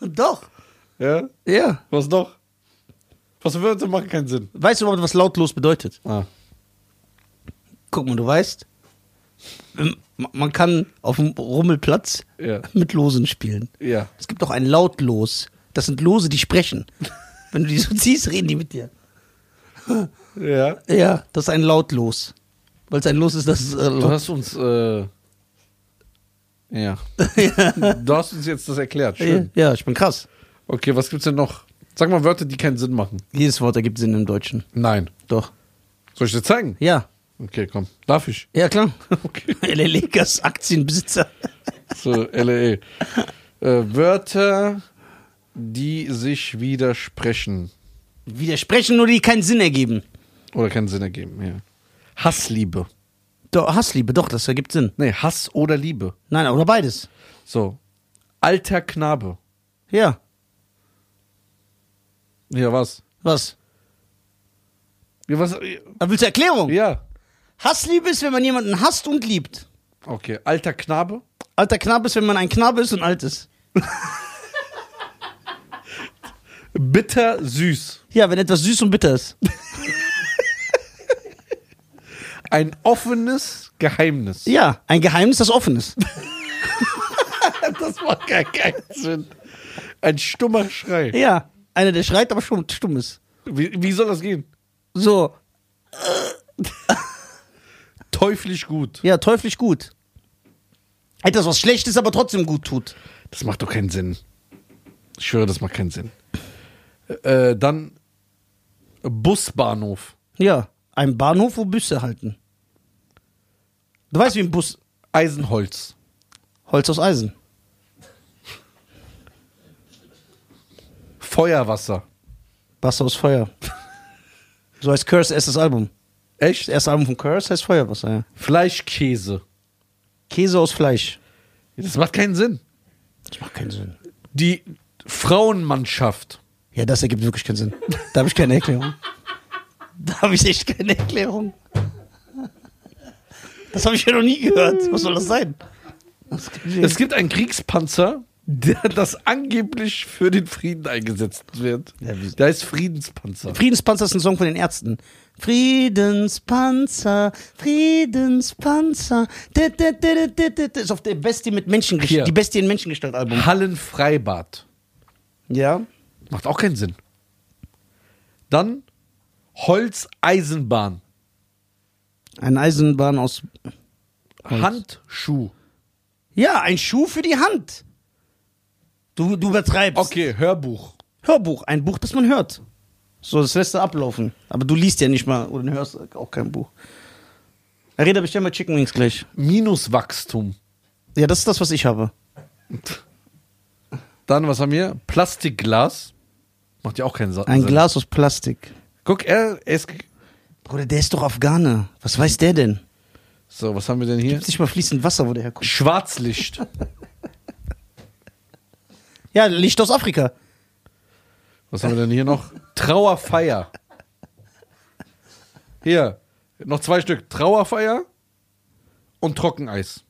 S4: Doch.
S2: Ja?
S4: Ja.
S2: Was noch? Was für Wörter machen keinen Sinn.
S4: Weißt du überhaupt, was lautlos bedeutet?
S2: Ah.
S4: Guck mal, du weißt, ähm, ma- man kann auf dem Rummelplatz
S2: Ja.
S4: mit Losen spielen.
S2: Ja.
S4: Es gibt auch ein Lautlos. Das sind Lose, die sprechen. Wenn du die so ziehst, reden die mit dir.
S2: Ja.
S4: Ja, das ist ein Lautlos. Weil es ein Los ist, das ist äh,
S2: Du
S4: laut.
S2: hast uns, äh, ja. Du hast uns jetzt das erklärt. Schön.
S4: Ja, ich bin krass.
S2: Okay, was gibt's denn noch? Sag mal Wörter, die keinen Sinn machen.
S4: Jedes Wort ergibt Sinn im Deutschen.
S2: Nein.
S4: Doch.
S2: Soll ich dir zeigen?
S4: Ja.
S2: Okay, komm. Darf ich?
S4: Ja, klar.
S2: Okay.
S4: L.A. Lakers Aktienbesitzer.
S2: So, LAE. Äh, Wörter, die sich widersprechen
S4: Widersprechen nur, die keinen Sinn ergeben.
S2: oder keinen Sinn ergeben. Ja. Hassliebe.
S4: Doch, Hassliebe, doch, das ergibt Sinn.
S2: Nee, Hass oder Liebe.
S4: Nein, oder beides.
S2: So. Alter Knabe.
S4: Ja.
S2: Ja, was?
S4: Was?
S2: Ja, was?
S4: Aber willst du Erklärung?
S2: Ja.
S4: Hassliebe ist, wenn man jemanden hasst und liebt.
S2: Okay. Alter Knabe.
S4: Alter Knabe ist, wenn man ein Knabe ist und alt ist.
S2: Bitter süß.
S4: Ja, wenn etwas süß und bitter ist.
S2: Ein offenes Geheimnis.
S4: Ja, ein Geheimnis, das offen ist.
S2: Das macht gar keinen Sinn. Ein stummer Schrei.
S4: Ja, einer, der schreit, aber schon stumm ist.
S2: Wie, wie soll das gehen?
S4: So,
S2: Teuflisch gut.
S4: ja, teuflisch gut. Etwas, was schlecht ist, aber trotzdem gut tut.
S2: Das macht doch keinen Sinn. Ich schwöre, das macht keinen Sinn. Äh, dann Busbahnhof.
S4: Ja, ein Bahnhof, wo Büsse halten. Du weißt, wie ein Bus.
S2: Eisenholz.
S4: Holz aus Eisen.
S2: Feuerwasser.
S4: Wasser aus Feuer. So heißt Curse erstes Album. Das
S2: Echt?
S4: erste Album von Curse heißt Feuerwasser, ja.
S2: Fleischkäse.
S4: Käse aus Fleisch.
S2: Das macht keinen Sinn.
S4: Das macht keinen Sinn.
S2: Die Frauenmannschaft.
S4: Ja, das ergibt wirklich keinen Sinn. Da habe ich keine Erklärung. Da habe ich echt keine Erklärung. Das habe ich ja noch nie gehört. Was soll das sein? Das kann ich-
S2: Es gibt einen Kriegspanzer, der das angeblich für den Frieden eingesetzt wird. Der heißt Friedenspanzer.
S4: Friedenspanzer ist ein Song von den Ärzten. Friedenspanzer, Friedenspanzer. Da, da, da, da, da, da, da. Ist auf der Bestie mit
S2: Hier.
S4: Menschengestalt. Die Bestie in Menschengestalt Album.
S2: Hallenfreibad.
S4: Ja.
S2: Macht auch keinen Sinn. Dann Holzeisenbahn.
S4: Ein Eisenbahn aus.
S2: Handschuh.
S4: Ja, ein Schuh für die Hand. Du, du übertreibst.
S2: Okay, Hörbuch.
S4: Hörbuch, ein Buch, das man hört. So, das lässt er ablaufen. Aber du liest ja nicht mal oder hörst auch kein Buch. Reda, bestell mal Chicken Wings gleich.
S2: Minuswachstum.
S4: Ja, das ist das, was ich habe.
S2: Dann, was haben wir? Plastikglas. Macht ja auch keinen Sa- Sinn.
S4: Ein Glas aus Plastik.
S2: Guck, er, er ist. ge-
S4: Bruder, der ist doch Afghane. Was weiß der denn?
S2: So, was haben wir denn hier?
S4: Gibt's nicht mal fließend Wasser, wo der herkommt?
S2: Schwarzlicht.
S4: Ja, Licht aus Afrika.
S2: Was haben wir denn hier noch? Trauerfeier. Hier, noch zwei Stück. Trauerfeier und Trockeneis.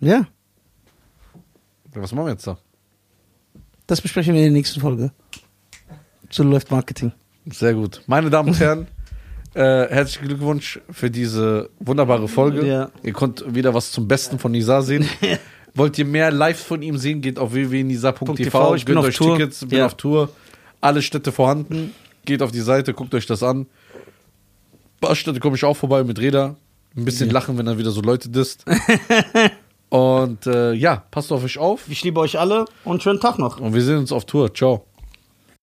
S4: Ja,
S2: Was machen wir jetzt da?
S4: das besprechen wir in der nächsten Folge. So läuft Marketing.
S2: Sehr gut. Meine Damen und Herren, äh, herzlichen Glückwunsch für diese wunderbare Folge.
S4: Ja.
S2: Ihr konnt wieder was zum Besten von Nisa sehen. Wollt ihr mehr live von ihm sehen, geht auf www.nisa.tv.
S4: Ich bin
S2: Gönnt
S4: auf
S2: euch
S4: Tour.
S2: Tickets, bin
S4: Ja.
S2: auf Tour. Alle Städte vorhanden. Geht auf die Seite, guckt euch das an. Ein paar Städte komme ich auch vorbei mit Räder. Ein bisschen lachen, wenn er wieder so Leute disst. und äh, ja, passt auf euch auf.
S4: Ich liebe euch alle und schönen Tag noch.
S2: Und wir sehen uns auf Tour. Ciao.